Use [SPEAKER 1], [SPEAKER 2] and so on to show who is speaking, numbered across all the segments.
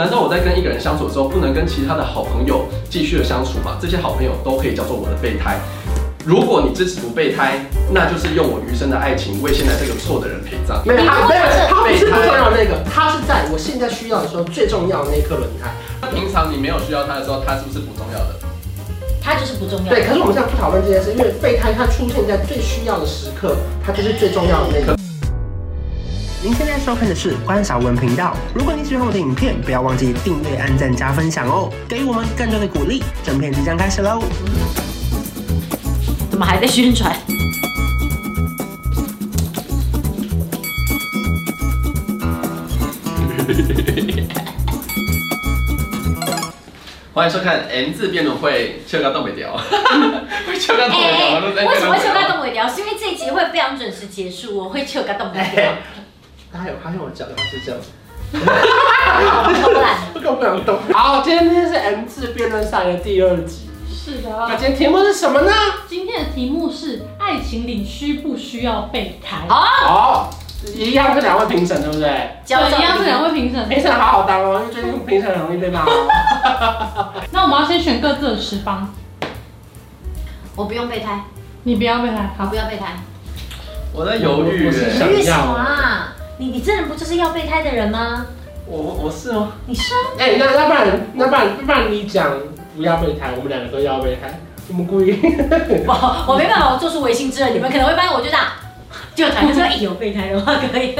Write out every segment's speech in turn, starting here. [SPEAKER 1] 难道我在跟一个人相处的时候，不能跟其他的好朋友继续的相处吗？这些好朋友都可以叫做我的备胎。如果你支持不备胎，那就是用我余生的爱情为现在这个错的人陪葬。
[SPEAKER 2] 没有，他没有，他不是不重
[SPEAKER 1] 备胎
[SPEAKER 2] 要的那个，他是在我现在需要的时候最重要的那一颗轮胎。
[SPEAKER 1] 平常你没有需要他的时候，他是不是不重要的？
[SPEAKER 3] 他就是不重要。
[SPEAKER 2] 对，可是我们现在不讨论这件事，因为备胎它出现在最需要的时刻，它就是最重要的那个。您现在收看的是关少文频道。如果你喜欢我的影片，不要忘记订阅、按赞、加分享哦，给予我们更多的鼓励。整片即将开始喽！
[SPEAKER 3] 怎么还在宣传？
[SPEAKER 1] 欢迎收看 M 字辩论会，秋高东北调， 会秋高东北调，都在
[SPEAKER 3] 哎为什么会秋干动尾雕？是因为这一集会非常准时结束，我会秋干动尾 雕，
[SPEAKER 2] 大家有发现我讲的是这样？
[SPEAKER 3] 偷懒。
[SPEAKER 2] 我根本不想动。好，今天是 M 字辩论赛的第二集。
[SPEAKER 4] 是
[SPEAKER 2] 那
[SPEAKER 4] 的，
[SPEAKER 2] 今天题目是什么呢？
[SPEAKER 4] 今天的题目是爱情领需不需要备胎？
[SPEAKER 3] 好，
[SPEAKER 2] 好，一样是两位评审，对不对？
[SPEAKER 3] 交
[SPEAKER 4] 对，
[SPEAKER 3] 上
[SPEAKER 4] 一样是两位评
[SPEAKER 2] 评
[SPEAKER 4] 审。
[SPEAKER 2] 审好好当哦，因为最近评审很容易被骂 哦。
[SPEAKER 4] 那我们要先选各自的十方，
[SPEAKER 3] 我不用备胎，
[SPEAKER 4] 你不要备胎。
[SPEAKER 3] 我
[SPEAKER 4] 好
[SPEAKER 3] 不，要备胎。
[SPEAKER 1] 我在犹豫
[SPEAKER 2] 我是
[SPEAKER 1] 欸
[SPEAKER 2] 想要哦
[SPEAKER 3] 你为什么啊？你你这人不就是要备胎的人吗？
[SPEAKER 1] 我我是吗？
[SPEAKER 3] 你是
[SPEAKER 2] 哎、那那不然那不然不然你讲不要备胎，我们两个都要备胎，我们 故意。
[SPEAKER 3] 我我没办法，我做出违心之人，你们可能会发现我就这样，就感觉说哎有备胎的话可以。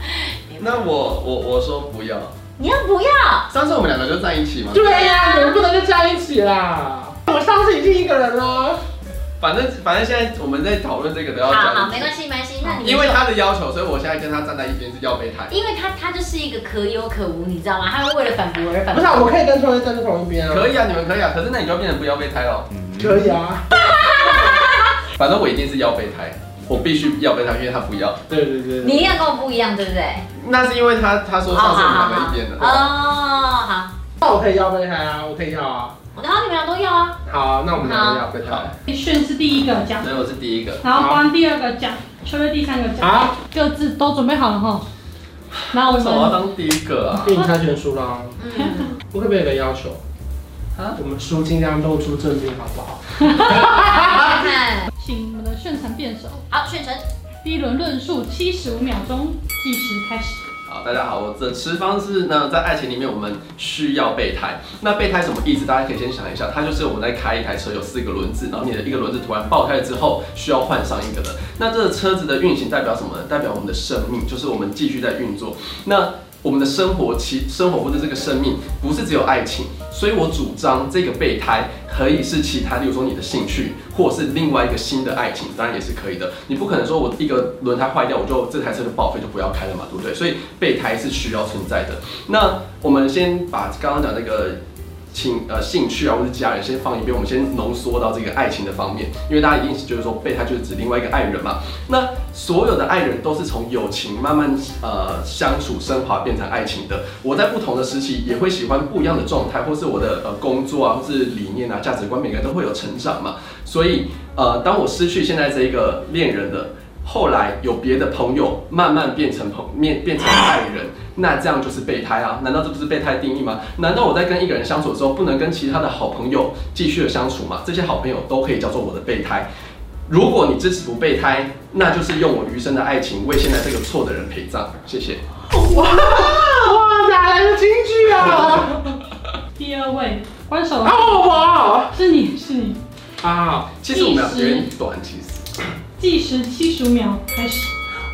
[SPEAKER 1] 那我我我说不要。
[SPEAKER 3] 你要不要？
[SPEAKER 1] 上次我们两个就在一起嘛，
[SPEAKER 2] 对呀、你们不能就在一起啦。我上次已经一个人了。
[SPEAKER 1] 反正反正现在我们在讨论这个都要
[SPEAKER 3] 好好，
[SPEAKER 1] 讲
[SPEAKER 3] 没，关系没关系，那你们
[SPEAKER 1] 因为
[SPEAKER 3] 就
[SPEAKER 1] 他的要求，所以我现在跟他站在一边是要备胎。
[SPEAKER 3] 因为他他就是一个可有可无，你知道吗？他会为了反驳而反驳。
[SPEAKER 2] 不是、啊，我可以跟同学站在同一边啊。
[SPEAKER 1] 可以啊，你们可以啊，可是那你就变成不要备胎了。
[SPEAKER 2] 可以啊。
[SPEAKER 1] 反正我一定是要备胎，我必须要备胎，因为他不要。
[SPEAKER 2] 对对对
[SPEAKER 3] 你
[SPEAKER 2] 对。
[SPEAKER 3] 一样跟我不一样，对不对？
[SPEAKER 1] 那是因为他他说上次我们两个一边的
[SPEAKER 3] 哦，，好，
[SPEAKER 2] 那我可以要备胎啊，我可以要啊。
[SPEAKER 3] 然后你们俩都要啊。
[SPEAKER 2] 好，那我们两个要备胎。
[SPEAKER 1] 好，
[SPEAKER 4] 你炫是第一个奖，
[SPEAKER 1] 所以我是第一个。
[SPEAKER 4] 然后关第二个奖，秋月第三个奖，
[SPEAKER 2] 好，
[SPEAKER 4] 各自都准备好了哈。然后我
[SPEAKER 1] 为什么要
[SPEAKER 4] 们
[SPEAKER 1] 当第一个啊？
[SPEAKER 2] 因为你猜拳输了啊。
[SPEAKER 3] 嗯，
[SPEAKER 2] 我可不可以有个要求？
[SPEAKER 1] 啊
[SPEAKER 2] 我们输尽量露出正面好不好？
[SPEAKER 3] 看看，
[SPEAKER 4] 请我们的炫成辩手，
[SPEAKER 3] 好，炫成，
[SPEAKER 4] 第一轮论述七十五秒钟，计时开始。
[SPEAKER 1] 好，大家好，我的持方式呢，在爱情里面我们需要备胎。那备胎什么意思？大家可以先想一下，它就是我们在开一台车，有四个轮子，然后你的一个轮子突然爆胎之后，需要换上一个的。那这个车子的运行代表什么呢？代表我们的生命，就是我们继续在运作。那我们的生活其生活或者这个生命，不是只有爱情，所以我主张这个备胎可以是其他，例如说你的兴趣，或者是另外一个新的爱情，当然也是可以的。你不可能说我一个轮胎坏掉，我就这台车就报废就不要开了嘛，对不对？所以备胎是需要存在的。那我们先把刚刚讲那个情呃兴趣啊，或是家人先放一边，我们先浓缩到这个爱情的方面，因为大家一定是觉得说备胎就是指另外一个爱人嘛。那所有的爱人都是从友情慢慢呃相处升华变成爱情的。我在不同的时期也会喜欢不一样的状态，或是我的呃工作啊，或是理念啊、价值观，每个人都会有成长嘛。所以呃，当我失去现在这个恋人的。后来有别的朋友慢慢变成朋面变成爱人，那这样就是备胎啊？难道这不是备胎定义吗？难道我在跟一个人相处的时候，不能跟其他的好朋友继续的相处吗？这些好朋友都可以叫做我的备胎。如果你支持不备胎，那就是用我余生的爱情为现在这个错的人陪葬。谢谢。
[SPEAKER 2] 哇，哪来的金句啊？
[SPEAKER 4] 第二位关手
[SPEAKER 2] 啊，我
[SPEAKER 4] 是你是你，
[SPEAKER 2] 我啊。
[SPEAKER 1] 其实我们俩有点短，其实。
[SPEAKER 4] 计时七十五秒开始。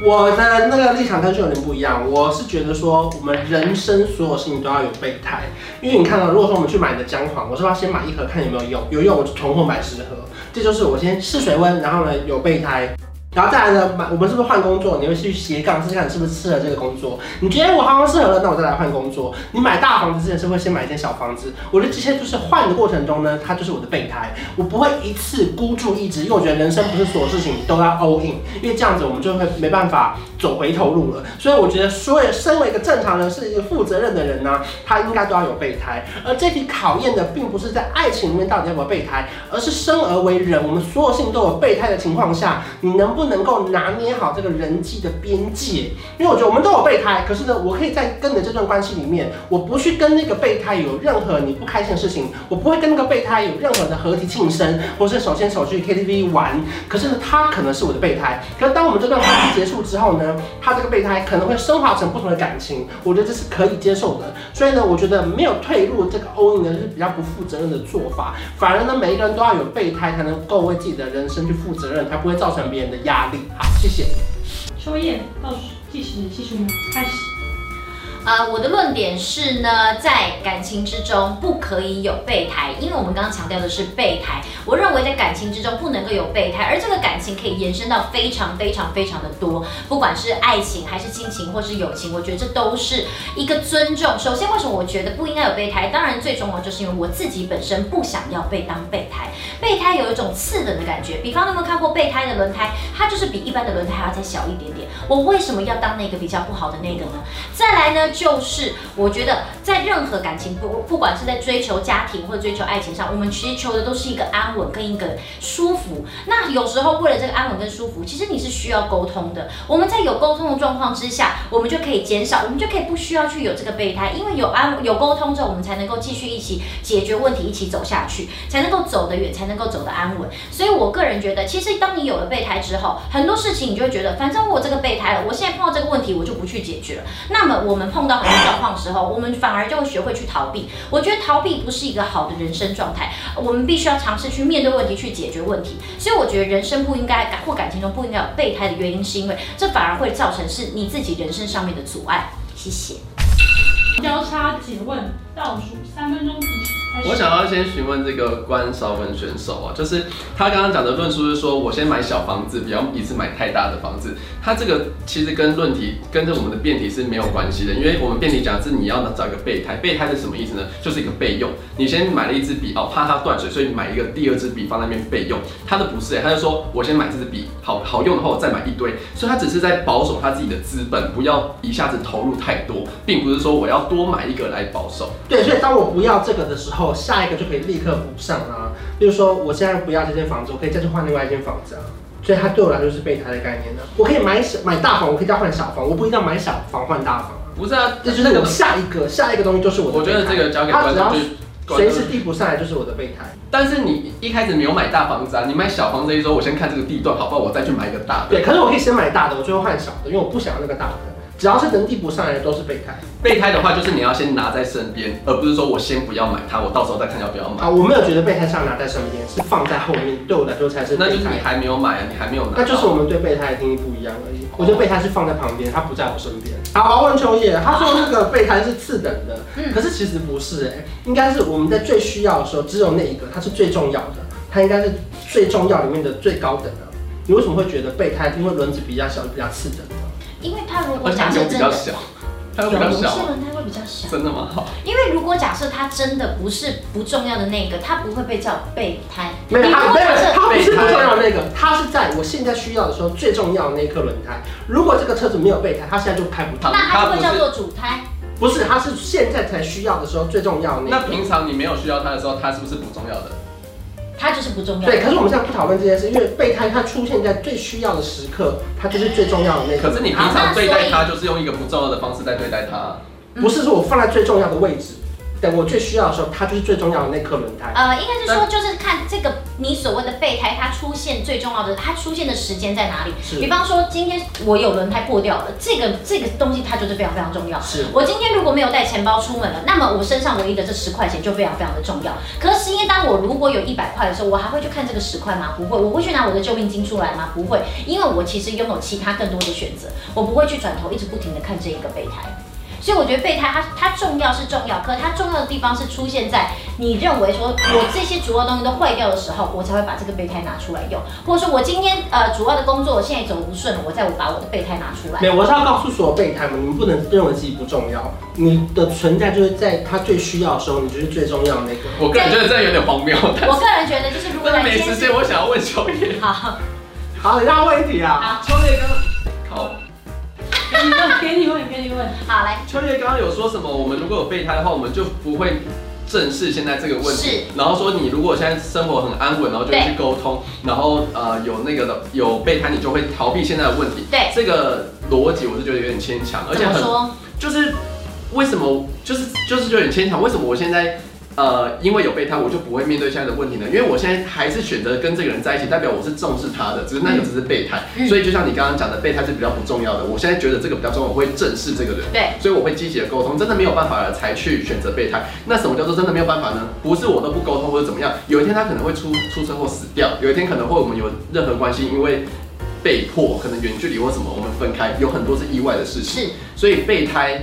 [SPEAKER 2] 我的那个立场跟就有点不一样，我是觉得说，我们人生所有事情都要有备胎，因为你看到，如果说我们去买的姜黄，我是不是要先买一盒看有没有用，有用我就囤货买十盒，这就是我先试水温，然后呢有备胎。然后再来呢，买我们是不是换工作？你会去斜杠试试看你是不是适合这个工作？你觉得我好像适合了，那我再来换工作。你买大房子之前是不是会先买一间小房子？我的这些就是换的过程中呢，它就是我的备胎。我不会一次孤注一掷，因为我觉得人生不是所有事情都要 all in，因为这样子我们就会没办法走回头路了。所以我觉得，所有身为一个正常人，是一个负责任的人呢、他应该都要有备胎。而这题考验的并不是在爱情里面到底要不要备胎，而是生而为人，我们所有事情都有备胎的情况下，你能不不能够拿捏好这个人际的边界，因为我觉得我们都有备胎，可是呢，我可以在跟你的这段关系里面，我不去跟那个备胎有任何你不开心的事情，我不会跟那个备胎有任何的合体庆生，或是手牵手去 KTV 玩。可是呢，他可能是我的备胎，可是当我们这段关系结束之后呢，他这个备胎可能会升华成不同的感情，我觉得这是可以接受的。所以呢，我觉得没有退路这个 all in 呢是比较不负责任的做法，反而呢，每一个人都要有备胎，才能够为自己的人生去负责任，才不会造成别人的压力。好，谢谢。
[SPEAKER 4] 秋叶倒数计时计时五开始。
[SPEAKER 5] 呃，我的论点是呢，在感情之中不可以有备胎，因为我们刚刚强调的是备胎。我认为在感情之中不能够有备胎，而这个感情可以延伸到非常非常非常的多，不管是爱情还是亲情或是友情，我觉得这都是一个尊重。首先，为什么我觉得不应该有备胎？当然，最重要就是因为我自己本身不想要被当备胎。备胎有一种次等的感觉，比方你有没有看过备胎的轮胎？它就是比一般的轮胎还要再小一点点。我为什么要当那个比较不好的那个呢？再来呢，就是我觉得在任何感情，不不管是在追求家庭或者追求爱情上，我们其实求的都是一个安稳跟一个舒服。那有时候为了这个安稳跟舒服，其实你是需要沟通的。我们在有沟通的状况之下，我们就可以减少，我们就可以不需要去有这个备胎，因为有安有沟通之后，我们才能够继续一起解决问题，一起走下去，才能够走得远，才能够走得安稳。所以我个人觉得，其实当你有了备胎之后，很多事情你就会觉得，反正我有这个备胎了，我现在碰到这个问题，我就不去解决了。那么我们碰到很多状况的时候，我们反而就会学会去逃避。我觉得逃避不是一个好的人生状态，我们必须要尝试去面对问题，去解决问题。所以我觉得人生不应该感或感情中不应该有备胎的原因，是因为这反而会造成是你自己人生上面的阻碍。谢谢。
[SPEAKER 4] 交叉诘问倒数三分钟计时开始。
[SPEAKER 1] 我想要先询问这个关少文选手啊，就是他刚刚讲的论述是说，我先买小房子，不要一次买太大的房子。他这个其实跟论题跟着我们的辩题是没有关系的，因为我们辩题讲的是你要找一个备胎，备胎是什么意思呢？就是一个备用。你先买了一支笔哦，怕它断水，所以买一个第二支笔放在那边备用。他的不是、欸，他就说我先买这支笔，好好用的话我再买一堆，所以他只是在保守他自己的资本，不要一下子投入太多，并不是说我要多买一个来保守。
[SPEAKER 2] 对，所以当我不要这个的时候，下一个就可以立刻补上啊。例如说，我现在不要这间房子，我可以再去换另外一间房子啊。所以它对我来说就是备胎的概念呢、我可以买小买大房，我可以再换小房，我不一定要买小房换大房啊。
[SPEAKER 1] 不是啊，
[SPEAKER 2] 这就是我下一个下一个东西就是我的
[SPEAKER 1] 我
[SPEAKER 2] 备
[SPEAKER 1] 觉
[SPEAKER 2] 胎。
[SPEAKER 1] 得这个交给
[SPEAKER 2] 他
[SPEAKER 1] 观
[SPEAKER 2] 只
[SPEAKER 1] 众
[SPEAKER 2] 要
[SPEAKER 1] 去。
[SPEAKER 2] 随时递补上来就是我的备胎。
[SPEAKER 1] 但是你一开始没有买大房子啊，你买小房子的时候，我先看这个地段好不好，我再去买一个大的。
[SPEAKER 2] 对，可是我可以先买大的，我最后换小的，因为我不想要那个大的。只要是能递补上来的都是备胎
[SPEAKER 1] 备胎的话，就是你要先拿在身边，而不是说我先不要买它，我到时候再看要不要买。
[SPEAKER 2] 啊！我没有觉得备胎是要拿在身边，是放在后面，对我来说才是
[SPEAKER 1] 那就
[SPEAKER 2] 备
[SPEAKER 1] 是你
[SPEAKER 2] 胎。
[SPEAKER 1] 还没有买啊，你还没有拿到。
[SPEAKER 2] 那就是我们对备胎的定义不一样而已。我觉得备胎是放在旁边，它不在我身边。好，我要问秋叶，他说那个备胎是次等的，
[SPEAKER 1] 嗯
[SPEAKER 2] 可是其实不是哎、应该是我们在最需要的时候，只有那一个，它是最重要的，它应该是最重要里面的最高等的。你为什么会觉得备胎因为轮子比较小，比较次等呢？
[SPEAKER 5] 因为它如果
[SPEAKER 1] 而且
[SPEAKER 5] 假设
[SPEAKER 1] 又比
[SPEAKER 5] 真
[SPEAKER 1] 较
[SPEAKER 5] 的，
[SPEAKER 1] 小，它又比较
[SPEAKER 5] 不
[SPEAKER 1] 小
[SPEAKER 5] 是
[SPEAKER 1] 啊，
[SPEAKER 5] 轮胎会比较小。
[SPEAKER 1] 真的吗？好，
[SPEAKER 5] 因为如果假设它真的不是不重要的那个，它不会被叫备胎。
[SPEAKER 2] 没有，
[SPEAKER 5] 你如
[SPEAKER 2] 它
[SPEAKER 5] 果
[SPEAKER 2] 没有
[SPEAKER 5] 假设，
[SPEAKER 2] 它不是不重要的那个，它是在我现在需要的时候最重要的那一颗轮胎。如果这个车子没有备胎，它现在就开不
[SPEAKER 1] 好
[SPEAKER 2] 动。
[SPEAKER 5] 那它就
[SPEAKER 1] 它
[SPEAKER 5] 会
[SPEAKER 1] 不
[SPEAKER 5] 叫
[SPEAKER 1] 是。
[SPEAKER 5] 做主胎。
[SPEAKER 2] 不是，它是现在才需要的时候最重要的那一
[SPEAKER 1] 那
[SPEAKER 2] 个。
[SPEAKER 1] 平常你没有需要它的时候，它是不是不重要的？
[SPEAKER 5] 它就是不重要。
[SPEAKER 2] 对，可是我们现在不讨论这件事，因为备胎它出现在最需要的时刻，它就是最重要的那个。
[SPEAKER 1] 可是你平
[SPEAKER 5] 好那
[SPEAKER 1] 常
[SPEAKER 5] 所以
[SPEAKER 1] 对待它，就是用一个不重要的方式在对待它。
[SPEAKER 2] 不是说我放在最重要的位置，等我最需要的时候，它就是最重要的那颗轮胎。
[SPEAKER 5] 呃，应该是说就是看这个你所谓的备胎，它出现最重要的，它出现的时间在哪里？
[SPEAKER 2] 是
[SPEAKER 5] 比方说今天我有轮胎破掉了，这个这个东西它就是非常非常重要。
[SPEAKER 2] 是
[SPEAKER 5] 我今天如果没有带钱包出门了，那么我身上唯一的这十块钱就非常非常的重要。可是，因为当我如果有一百块的时候，我还会去看这个十块吗？不会。我会去拿我的救命金出来吗？不会，因为我其实拥有其他更多的选择，我不会去转头一直不停的看这一个备胎。所以我觉得备胎它它重要是重要，可它重要的地方是出现在你认为说我这些主要东西都坏掉的时候，我才会把这个备胎拿出来用，或者说我今天呃主要的工作我现在走不顺了，我再我把我的备胎拿出来
[SPEAKER 2] 没。有，我是要告诉所有备胎们，你们不能认为自己不重要，你的存在就是在它最需要的时候，你就是最重要的那个。
[SPEAKER 1] 我个人觉得这有点荒谬，但
[SPEAKER 5] 我个人觉得就是如果
[SPEAKER 1] 真的
[SPEAKER 5] 来
[SPEAKER 1] 没
[SPEAKER 5] 今
[SPEAKER 1] 时
[SPEAKER 5] 天
[SPEAKER 1] 间，我想要问秋叶。
[SPEAKER 5] 好，
[SPEAKER 2] 好，你让我问一题啊。
[SPEAKER 5] 好
[SPEAKER 1] 秋叶刚刚好。
[SPEAKER 4] 给你问，给你问，给你问。
[SPEAKER 5] 好来，
[SPEAKER 1] 秋叶刚刚有说什么？我们如果有备胎的话，我们就不会正视现在这个问
[SPEAKER 5] 是
[SPEAKER 1] 题，然后说你如果现在生活很安稳，然后就会
[SPEAKER 5] 对
[SPEAKER 1] 去沟通，然后呃有那个的有备胎，你就会逃避现在的问题。
[SPEAKER 5] 对，
[SPEAKER 1] 这个逻辑我是觉得有点牵强，而
[SPEAKER 5] 怎
[SPEAKER 1] 且
[SPEAKER 5] 么
[SPEAKER 1] 很
[SPEAKER 5] 说？
[SPEAKER 1] 就是为什么就是就是有点牵强，为什么我现在？呃，因为有备胎，我就不会面对现在的问题呢。因为我现在还是选择跟这个人在一起，代表我是重视他的，只是那个只是备胎。
[SPEAKER 5] 嗯
[SPEAKER 1] 所以就像你刚刚讲的，备胎是比较不重要的。我现在觉得这个比较重要，我会正视这个人。
[SPEAKER 5] 对，
[SPEAKER 1] 所以我会积极的沟通，真的没有办法了才去选择备胎。那什么叫做真的没有办法呢？不是我都不沟通或者怎么样，有一天他可能会出出车祸死掉，有一天可能会我们有任何关系，因为被迫可能远距离或什么我们分开，有很多是意外的事情。
[SPEAKER 5] 是
[SPEAKER 1] 所以备胎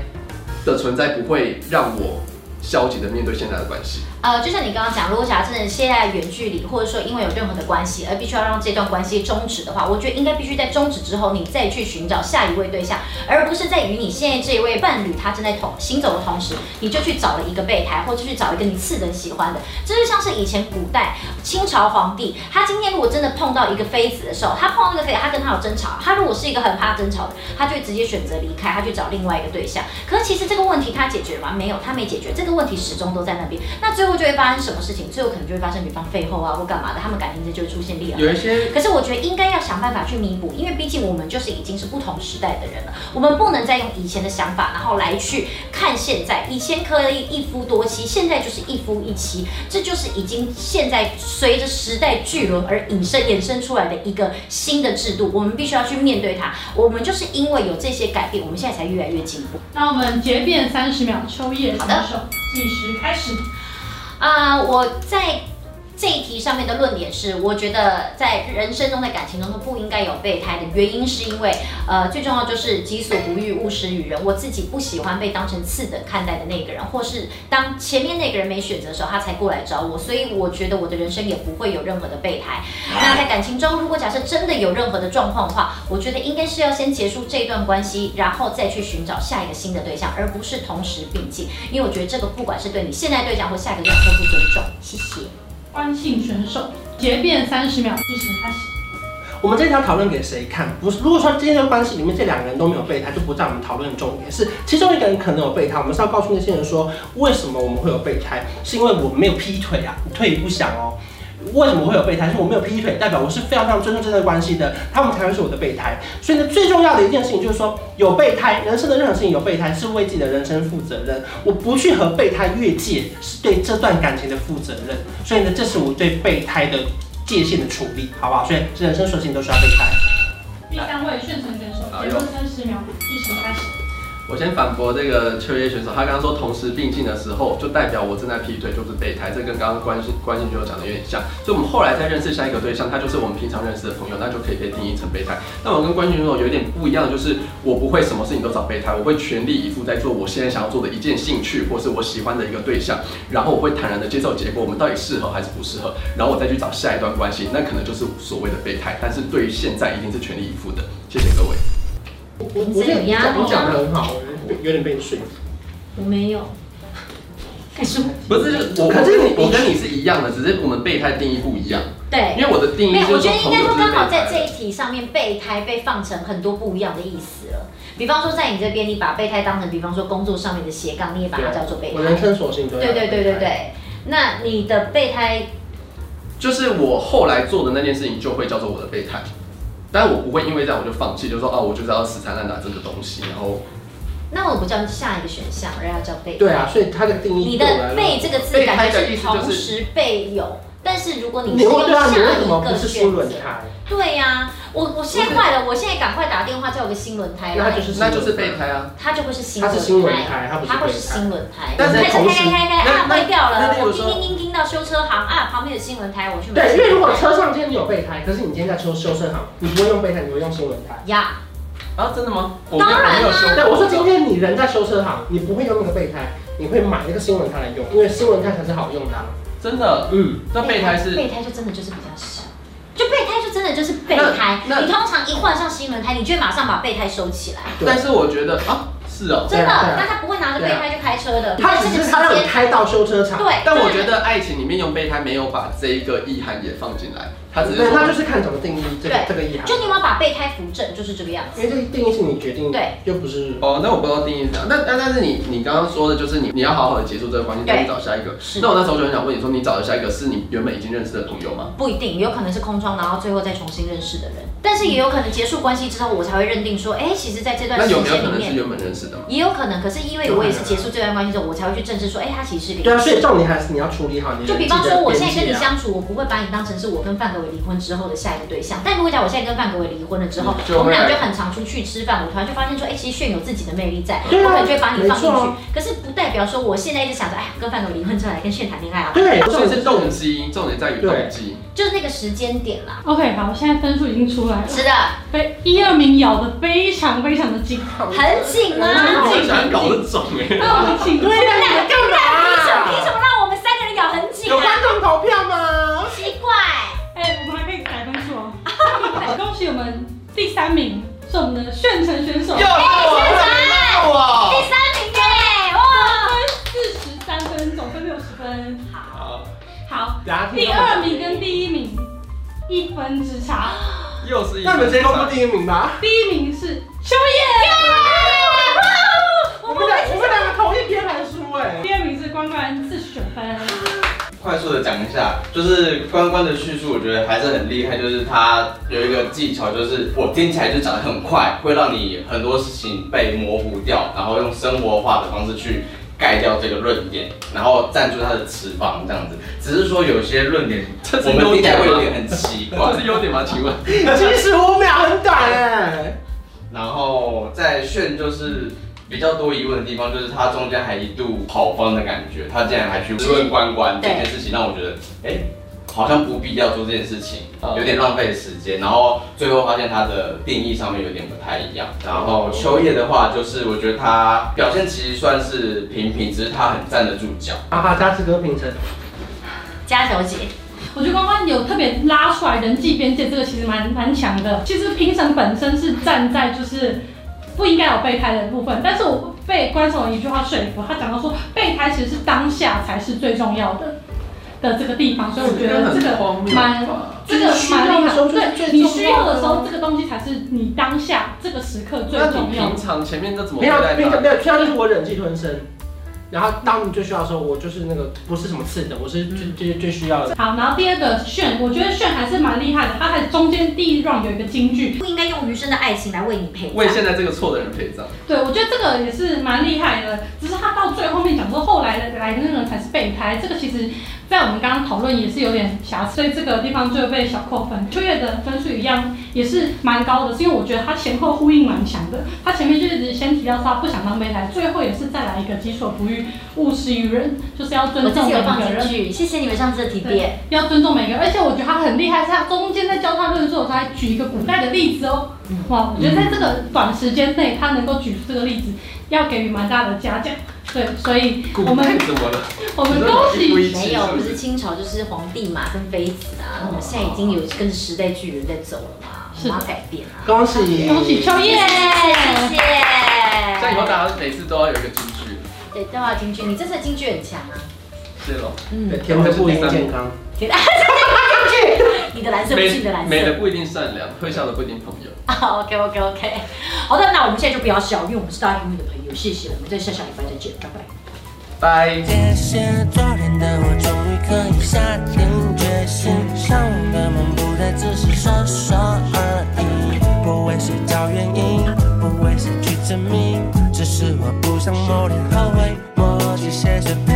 [SPEAKER 1] 的存在不会让我消极的面对现在的关系。
[SPEAKER 5] 呃，就像你刚刚讲，如果假设你现在远距离，或者说因为有任何的关系而必须要让这段关系终止的话，我觉得应该必须在终止之后，你再去寻找下一位对象，而不是在与你现在这一位伴侣他正在同行走的同时，你就去找了一个备胎，或者去找一个你次等喜欢的。这就像是以前古代清朝皇帝，他今天如果真的碰到一个妃子的时候，他碰到那个妃子，他跟他有争吵，他如果是一个很怕争吵的，他就会直接选择离开，他去找另外一个对象。可是其实这个问题他解决吗？没有，他没解决，这个问题始终都在那边。那最后就会发生什么事情？最后可能就会发生，比方废后啊或干嘛的，他们感情之间就会出现裂痕。
[SPEAKER 1] 有一些
[SPEAKER 5] 可是我觉得应该要想办法去弥补，因为毕竟我们就是已经是不同时代的人了，我们不能再用以前的想法，然后来去看现在。以前可以一夫多妻，现在就是一夫一妻，这就是已经现在随着时代巨轮而引申衍生出来的一个新的制度，我们必须要去面对它。我们就是因为有这些改变，我们现在才越来越进步。
[SPEAKER 4] 那我们结辩三十秒，秋叶
[SPEAKER 5] 好
[SPEAKER 4] 选
[SPEAKER 5] 的
[SPEAKER 4] 手计时开始。
[SPEAKER 5] 啊、我在这一题上面的论点是，我觉得在人生中、在感情中都不应该有备胎的原因，是因为呃，最重要就是己所不欲，勿施于人。我自己不喜欢被当成次等看待的那个人，或是当前面那个人没选择的时候，他才过来找我，所以我觉得我的人生也不会有任何的备胎。那在感情中，如果假设真的有任何的状况的话，我觉得应该是要先结束这段关系，然后再去寻找下一个新的对象，而不是同时并进。因为我觉得这个不管是对你现在对象或下一个对象都不尊重。谢谢。
[SPEAKER 4] 关庆选手结辩三十秒，计时开始。
[SPEAKER 2] 我们这条讨论给谁看？不是，如果说今天的关系里面这两个人都没有备胎，就不在我们讨论的重点。是其中一个人可能有备胎，我们是要告诉那些人说，为什么我们会有备胎？是因为我们没有劈腿啊，你退一步想哦。为什么会有备胎？是我没有劈腿，代表我是非常非常尊重这段关系的，他们才会是我的备胎。所以呢，最重要的一件事情就是说，有备胎，人生的任何事情有备胎是为自己的人生负责任。我不去和备胎越界，是对这段感情的负责任。所以呢，这是我对备胎的界限的处理，好不好？所以人生所有事情都需要备胎。
[SPEAKER 4] 第三位炫成选手
[SPEAKER 1] 哎
[SPEAKER 4] 结
[SPEAKER 1] 呦
[SPEAKER 4] 论三十秒，计时开始。
[SPEAKER 1] 我先反驳这个秋叶选手，他刚刚说同时并进的时候，就代表我正在劈腿，就是备胎，这跟刚刚关心关心就讲的有点像。所以我们后来再认识下一个对象，他就是我们平常认识的朋友，那就可以被定义成备胎。那我跟关心选手有一点不一样的就是，我不会什么事情都找备胎，我会全力以赴在做我现在想要做的一件兴趣，或是我喜欢的一个对象，然后我会坦然的接受结果，我们到底适合还是不适合，然后我再去找下一段关系，那可能就是所谓的备胎。但是对于现在，一定是全力以赴的。谢谢各位。
[SPEAKER 2] 我
[SPEAKER 5] 我我觉得你讲
[SPEAKER 2] 你讲的很好，我有点被你说服。
[SPEAKER 3] 我没有，开始
[SPEAKER 1] 不是，就是我
[SPEAKER 2] 可是你
[SPEAKER 1] 我跟你是一样的，只是我们备胎定义不一样。
[SPEAKER 5] 对。
[SPEAKER 1] 因为我的定义
[SPEAKER 5] 没有，
[SPEAKER 1] 就
[SPEAKER 5] 我
[SPEAKER 1] 是
[SPEAKER 5] 觉得应该说
[SPEAKER 1] 说
[SPEAKER 5] 刚好在这一题上面，备胎被放成很多不一样的意思了。比方说，在你这边，你把备胎当成，比方说工作上面的斜杠，你也把它啊叫做备
[SPEAKER 2] 啊我人
[SPEAKER 5] 胎。
[SPEAKER 2] 生所有事情都要
[SPEAKER 5] 对
[SPEAKER 2] 有备
[SPEAKER 5] 对
[SPEAKER 2] 胎
[SPEAKER 5] 对对。对。那你的备胎
[SPEAKER 1] 就是我后来做的那件事情就会叫做我的备胎，但我不会因为这样我就放弃，就说哦，我就是要死缠烂打这个东西，然后
[SPEAKER 5] 那我不叫下一个选项，而要叫备。
[SPEAKER 2] 对啊，所以它的定义
[SPEAKER 5] 你
[SPEAKER 2] 对我
[SPEAKER 5] 的
[SPEAKER 2] 来说
[SPEAKER 5] 备这个字感觉是
[SPEAKER 1] 备胎的意思
[SPEAKER 5] 同
[SPEAKER 1] 就是
[SPEAKER 5] 时备有，但是如果你
[SPEAKER 2] 你
[SPEAKER 5] 是用
[SPEAKER 2] 会对啊，
[SPEAKER 5] 下
[SPEAKER 2] 你为什
[SPEAKER 5] 一
[SPEAKER 2] 么不
[SPEAKER 5] 个
[SPEAKER 2] 是新
[SPEAKER 5] 选择
[SPEAKER 2] 轮，胎？
[SPEAKER 5] 对呀、我我现在坏了，我现在赶快打电话叫一个新轮胎
[SPEAKER 2] 那
[SPEAKER 5] 来
[SPEAKER 2] 就，是新
[SPEAKER 1] 那
[SPEAKER 2] 轮
[SPEAKER 1] 就是备，胎啊。
[SPEAKER 5] 它就会是新
[SPEAKER 2] 它
[SPEAKER 5] 轮
[SPEAKER 2] 是新轮
[SPEAKER 5] 胎。
[SPEAKER 2] 胎，它不是
[SPEAKER 5] 它会
[SPEAKER 2] 备
[SPEAKER 5] 是
[SPEAKER 2] 胎。
[SPEAKER 5] 新轮胎，
[SPEAKER 1] 但是
[SPEAKER 5] 开始
[SPEAKER 2] 同
[SPEAKER 5] 开开
[SPEAKER 2] 时
[SPEAKER 5] 开开
[SPEAKER 1] 那
[SPEAKER 5] 啊，
[SPEAKER 1] 那
[SPEAKER 5] 坏掉
[SPEAKER 1] 那
[SPEAKER 5] 了，
[SPEAKER 1] 例
[SPEAKER 5] 我
[SPEAKER 1] 如
[SPEAKER 5] 叮
[SPEAKER 1] 说
[SPEAKER 5] 叮叮叮到修车行啊，旁边有新轮胎，我去买
[SPEAKER 2] 对，
[SPEAKER 5] 新轮胎。
[SPEAKER 2] 因为如果车上今天你有备胎，可是你今天在修修车行，你不会用备胎，你会用新轮胎。
[SPEAKER 5] 呀，
[SPEAKER 1] 啊，真的吗？我
[SPEAKER 5] 当然
[SPEAKER 1] 没
[SPEAKER 5] 啊
[SPEAKER 1] 有修过。
[SPEAKER 2] 对，我说今天你人在修车行，你不会用那个备胎，你会买那个新轮胎来用，因为新轮胎才是好用的啊。
[SPEAKER 1] 真的，
[SPEAKER 2] 嗯，
[SPEAKER 1] 那备胎是
[SPEAKER 5] 备胎就真的就是比较少，就备胎就真的就是备
[SPEAKER 1] 那
[SPEAKER 5] 胎。
[SPEAKER 1] 那
[SPEAKER 5] 你通常一换上新轮胎，你就会马上把备胎收起来。
[SPEAKER 2] 对
[SPEAKER 1] 但是我觉得啊，是哦。
[SPEAKER 5] 真
[SPEAKER 2] 对
[SPEAKER 5] 的，
[SPEAKER 2] 啊对啊
[SPEAKER 5] 那他不会拿着备胎去开车的，
[SPEAKER 2] 它
[SPEAKER 5] 在
[SPEAKER 2] 只
[SPEAKER 5] 这个
[SPEAKER 2] 是
[SPEAKER 5] 期
[SPEAKER 2] 它让你
[SPEAKER 5] 间，
[SPEAKER 2] 开到修车厂。
[SPEAKER 5] 对，
[SPEAKER 1] 但我
[SPEAKER 5] 对
[SPEAKER 1] 觉得爱情里面用备胎没有把这一个意涵也放进来，他只是
[SPEAKER 2] 对，那
[SPEAKER 1] 说
[SPEAKER 2] 就是看怎么定义这个
[SPEAKER 5] 对
[SPEAKER 2] 这个意涵，
[SPEAKER 5] 就你有没有把备胎扶正，就是这个样子。
[SPEAKER 2] 因为这个定义是你决定，
[SPEAKER 5] 对，
[SPEAKER 2] 又不是
[SPEAKER 1] 哦，那我不知道定义是怎样。但但但是你你刚刚说的就是你你要好好的结束这个关系，
[SPEAKER 5] 对
[SPEAKER 1] 再去找下一个。
[SPEAKER 5] 是
[SPEAKER 1] 那我那时候就很想问你说，你找的下一个是你原本已经认识的朋友吗？
[SPEAKER 5] 不一定，有可能是空窗，然后最后再重新认识的人，但是也有可能结束关系之后，我才会认定说，哎、其实在这段
[SPEAKER 1] 那
[SPEAKER 5] 时
[SPEAKER 1] 有没有
[SPEAKER 5] 间
[SPEAKER 1] 可
[SPEAKER 5] 里
[SPEAKER 1] 能是
[SPEAKER 5] 面，
[SPEAKER 1] 原本认识的吗？
[SPEAKER 5] 也有可能，可是因为我也是结束这段关系之后，我才会去正视说，哎、他其实是个
[SPEAKER 2] 对啊，所以重点还是你要处理好你的
[SPEAKER 5] 就比
[SPEAKER 2] 自己的
[SPEAKER 5] 方说，我现在跟你
[SPEAKER 2] 边界啊
[SPEAKER 5] 相处，我不会把你当成是我跟范可伟离婚之后的下一个对象。但如果讲我现在跟范可伟离婚了之后
[SPEAKER 1] 嗯，就会
[SPEAKER 5] 我们俩就很常出去吃饭，我突然就发现说，哎、其实炫有自己的魅力在，
[SPEAKER 2] 对啊
[SPEAKER 5] 我可能就会把你放进
[SPEAKER 2] 没错
[SPEAKER 5] 去
[SPEAKER 2] 啊。
[SPEAKER 5] 可是不代表说我现在一直想着，哎呀，跟范可伟离婚之后来跟炫谈恋爱啊，
[SPEAKER 2] 对，
[SPEAKER 1] 所以是
[SPEAKER 2] 重
[SPEAKER 1] 动
[SPEAKER 2] 点
[SPEAKER 1] 机，重点在于动机。
[SPEAKER 5] 就是那个时间点啦。
[SPEAKER 4] OK，好，现在分数已经出来了，
[SPEAKER 5] 是的，
[SPEAKER 4] 被一二名咬得非常非常的 紧。
[SPEAKER 5] 很紧啊
[SPEAKER 1] 那
[SPEAKER 5] 很
[SPEAKER 1] 我
[SPEAKER 5] 紧
[SPEAKER 1] 想搞得重哎。
[SPEAKER 4] 那我们请
[SPEAKER 5] 你们两个干嘛？凭什么？
[SPEAKER 2] 啊
[SPEAKER 5] 凭什么让我们三个人咬很紧
[SPEAKER 2] 有观
[SPEAKER 5] 啊？
[SPEAKER 2] 众投票吗？
[SPEAKER 5] 奇怪，
[SPEAKER 4] 哎，我们还可以改分数哦。 恭喜我们第三名是我们的炫城选手，
[SPEAKER 1] 又是我，
[SPEAKER 5] 第
[SPEAKER 1] 又是
[SPEAKER 5] 三名耶！哇，
[SPEAKER 4] 四十三分，总分六十分。
[SPEAKER 1] 我。 好，
[SPEAKER 4] 好，
[SPEAKER 2] 大家听
[SPEAKER 4] 第
[SPEAKER 2] 到
[SPEAKER 4] 二
[SPEAKER 2] 吗
[SPEAKER 4] 名跟第一名一分 之差，
[SPEAKER 1] 又是一个。
[SPEAKER 2] 那你们直接公布第一名吧。
[SPEAKER 4] 第一名是秋叶，
[SPEAKER 2] 我们两我们两个同一篇来输哎。
[SPEAKER 4] 第二名是关关四十九分。
[SPEAKER 6] 快速的讲一下，就是关关的叙述，我觉得还是很厉害。就是他有一个技巧，就是我听起来就讲得很快，会让你很多事情被模糊掉，然后用生活化的方式去盖掉这个论点，然后站住他的词房这样子。只是说有些论点，
[SPEAKER 1] 这是
[SPEAKER 6] 我们听起来会有
[SPEAKER 1] 优点
[SPEAKER 6] 点
[SPEAKER 1] 吗
[SPEAKER 6] 很奇怪
[SPEAKER 1] 这。是优点吗？请问？
[SPEAKER 2] 七十五秒很短哎。
[SPEAKER 6] 然后在炫就是比较多疑问的地方，就是他中间还一度跑方的感觉，他竟然还去问关关这
[SPEAKER 5] 对
[SPEAKER 6] 件事情，让我觉得，哎，好像不必要做这件事情
[SPEAKER 1] 嗯，
[SPEAKER 6] 有点浪费时间。然后最后发现他的定义上面有点不太一样。然后秋叶的话，就是我觉得他表现其实算是平平，只是他很站得住脚。
[SPEAKER 2] 哈哈，嘉志哥评审。
[SPEAKER 5] 佳小姐，
[SPEAKER 4] 我觉得关关有特别拉出来人际边界，这个其实蛮蛮强的。其实评审本身是站在就是不应该有备胎的部分，但是我被观众一句话说服，他讲到说备胎其实是当下才是最重要的的这个地方，所以我觉得这个
[SPEAKER 1] 荒谬
[SPEAKER 4] 蛮
[SPEAKER 1] 吧
[SPEAKER 4] 这个蛮厉害，对，你需要的时候，
[SPEAKER 2] 最重要的
[SPEAKER 4] 这个东西才是你当下这个时刻最
[SPEAKER 1] 那你
[SPEAKER 4] 重要
[SPEAKER 1] 平
[SPEAKER 4] 的。
[SPEAKER 1] 常前面都怎么
[SPEAKER 2] 没有
[SPEAKER 1] 对待
[SPEAKER 2] 没有
[SPEAKER 1] 他？
[SPEAKER 2] 没有，需要就是我忍气吞声。然后当你最需要的时候，我就是那个不是什么次的，我是
[SPEAKER 5] 嗯
[SPEAKER 2] 最最最需要的。
[SPEAKER 4] 好，然后第二个炫，我觉得炫还是蛮厉害的，他还中间第一 round 有一个金句，
[SPEAKER 5] 不应该用余生的爱情来为你陪
[SPEAKER 1] 为
[SPEAKER 5] 伴。
[SPEAKER 1] 现在这个错的人陪葬。
[SPEAKER 4] 对，我觉得这个也是蛮厉害的，只是他到最后面讲说后来的来的那个人才是备胎，这个其实，在我们刚刚讨论也是有点瑕疵，所以这个地方就被小扣分。秋月的分数一样也是蛮高的，是因为我觉得他前后呼应蛮强的，他前面就是先提到说他不想当备胎，最后也是再来一个己所不欲，勿施于人，就是要
[SPEAKER 5] 我
[SPEAKER 4] 尊
[SPEAKER 5] 自
[SPEAKER 4] 重
[SPEAKER 5] 己
[SPEAKER 4] 每
[SPEAKER 5] 有放
[SPEAKER 4] 个
[SPEAKER 5] 进
[SPEAKER 4] 人。
[SPEAKER 5] 去，谢谢你们上次的提点。
[SPEAKER 4] 要尊重每个人，而且我觉得他很厉害，是他中间在教他论述，的时候，他还举一个古代的例子哦。哇，我觉得在这个短时间内，他能够举出这个例子，要给予蛮大的嘉奖。对，所以
[SPEAKER 1] 古
[SPEAKER 4] 我
[SPEAKER 1] 代
[SPEAKER 4] 们
[SPEAKER 1] 怎么了？
[SPEAKER 4] 我们恭
[SPEAKER 1] 不
[SPEAKER 4] 喜
[SPEAKER 1] 一
[SPEAKER 5] 没
[SPEAKER 1] 致
[SPEAKER 5] 有，
[SPEAKER 1] 是
[SPEAKER 5] 不
[SPEAKER 1] 不
[SPEAKER 5] 是
[SPEAKER 1] 是？
[SPEAKER 5] 清朝就是皇帝嘛，跟妃子啊。那我们现在已经有跟着时代巨人在走了嘛，我
[SPEAKER 4] 是
[SPEAKER 5] 们要改变啊。
[SPEAKER 2] 恭喜
[SPEAKER 4] 恭喜秋叶，
[SPEAKER 5] 谢谢。
[SPEAKER 1] 像以后大家每次都要有一个金句，
[SPEAKER 5] 对，对啊，金句，你这次的京剧很强啊。
[SPEAKER 1] 谢喽。
[SPEAKER 5] 嗯，
[SPEAKER 2] 天分不一定健康。
[SPEAKER 5] 给大家京剧，你的蓝色不是你的蓝
[SPEAKER 1] 美的
[SPEAKER 5] 色。
[SPEAKER 1] 不一定善良，会笑的不一定朋友。
[SPEAKER 5] OK OK OK。好的，那我们现在就不要笑，因为我们是大家永远的朋友。谢谢，我们在下下礼拜再见，拜拜。
[SPEAKER 1] 拜。
[SPEAKER 7] 谢谢昨天的我，终于可以下定决心，向往的梦不再只是说说而已。不为谁找原因，不为谁去证明，只是我不想某天后悔，莫及谢谢陪